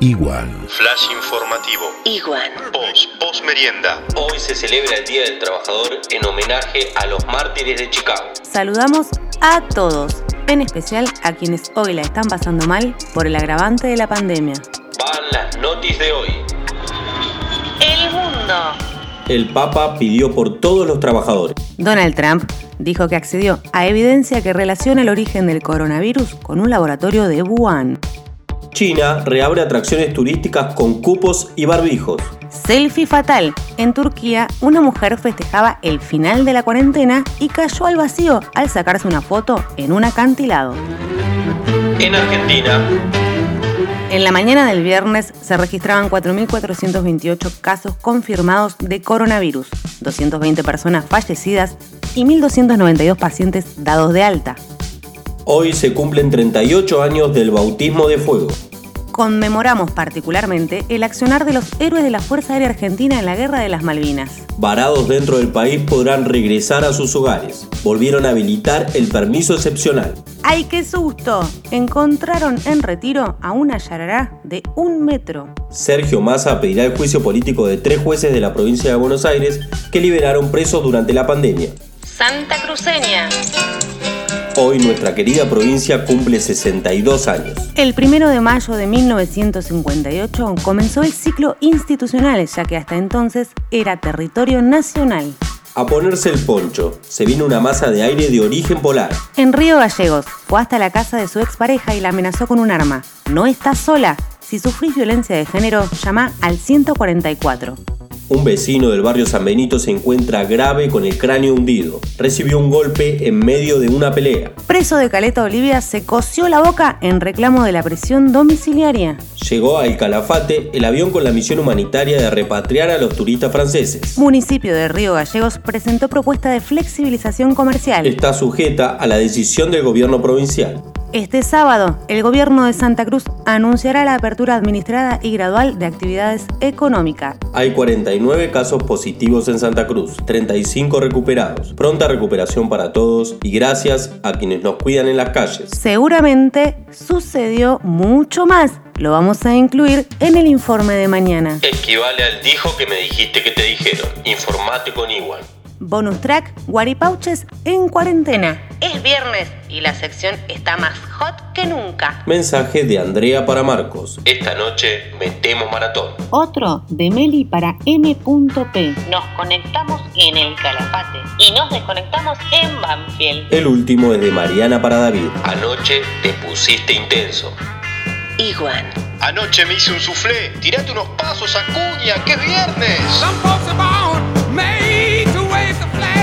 Iguan. Flash informativo. Iguan. Post, post merienda. Hoy se celebra el Día del Trabajador en homenaje a los mártires de Chicago. Saludamos a todos, en especial a quienes hoy la están pasando mal por el agravante de la pandemia. Van las noticias de hoy. El mundo. El Papa pidió por todos los trabajadores. Donald Trump dijo que accedió a evidencia que relaciona el origen del coronavirus con un laboratorio de Wuhan. China reabre atracciones turísticas con cupos y barbijos. Selfie fatal. En Turquía, una mujer festejaba el final de la cuarentena y cayó al vacío al sacarse una foto en un acantilado. En Argentina, En la mañana del viernes se registraban 4.428 casos confirmados de coronavirus, 220 personas fallecidas y 1.292 pacientes dados de alta. hoy se cumplen 38 años del bautismo de fuego. Conmemoramos particularmente el accionar de los héroes de la Fuerza Aérea Argentina en la Guerra de las Malvinas. Varados dentro del país podrán regresar a sus hogares. Volvieron a habilitar el permiso excepcional. ¡Ay, qué susto! Encontraron en retiro a una yarará de un metro. Sergio Massa pedirá el juicio político de tres jueces de la provincia de Buenos Aires que liberaron presos durante la pandemia. Santa Cruceña. Hoy nuestra querida provincia cumple 62 años. El primero de mayo de 1958 comenzó el ciclo institucional, ya que hasta entonces era territorio nacional. A ponerse el poncho, se vino una masa de aire de origen polar. En Río Gallegos fue hasta la casa de su expareja y la amenazó con un arma. No estás sola. Si sufrís violencia de género, llama al 144. Un vecino del barrio San Benito se encuentra grave con el cráneo hundido. Recibió un golpe en medio de una pelea. Preso de Caleta Olivia se cosió la boca en reclamo de la prisión domiciliaria. Llegó al Calafate el avión con la misión humanitaria de repatriar a los turistas franceses. Municipio de Río Gallegos presentó propuesta de flexibilización comercial. Está sujeta a la decisión del gobierno provincial. Este sábado, el gobierno de Santa Cruz anunciará la apertura administrada y gradual de actividades económicas. Hay 49 casos positivos en Santa Cruz, 35 recuperados. Pronta recuperación para todos y gracias a quienes nos cuidan en las calles. Seguramente sucedió mucho más. Lo vamos a incluir en el informe de mañana. Equivale al dijo que me dijiste que te dijeron. Informate con Igual. Bonus track, Guaripauches en cuarentena. Es viernes y la sección está más hot que nunca. Mensaje de Andrea para Marcos. Esta noche metemos maratón. Otro de Meli para M.P. Nos conectamos en el Calafate y nos desconectamos en Banfield. El último es de Mariana para David. Anoche te pusiste intenso. Iguan. Anoche me hice un soufflé. Tirate unos pasos, Acuña, que es viernes. Some folks are born made to wave the flag.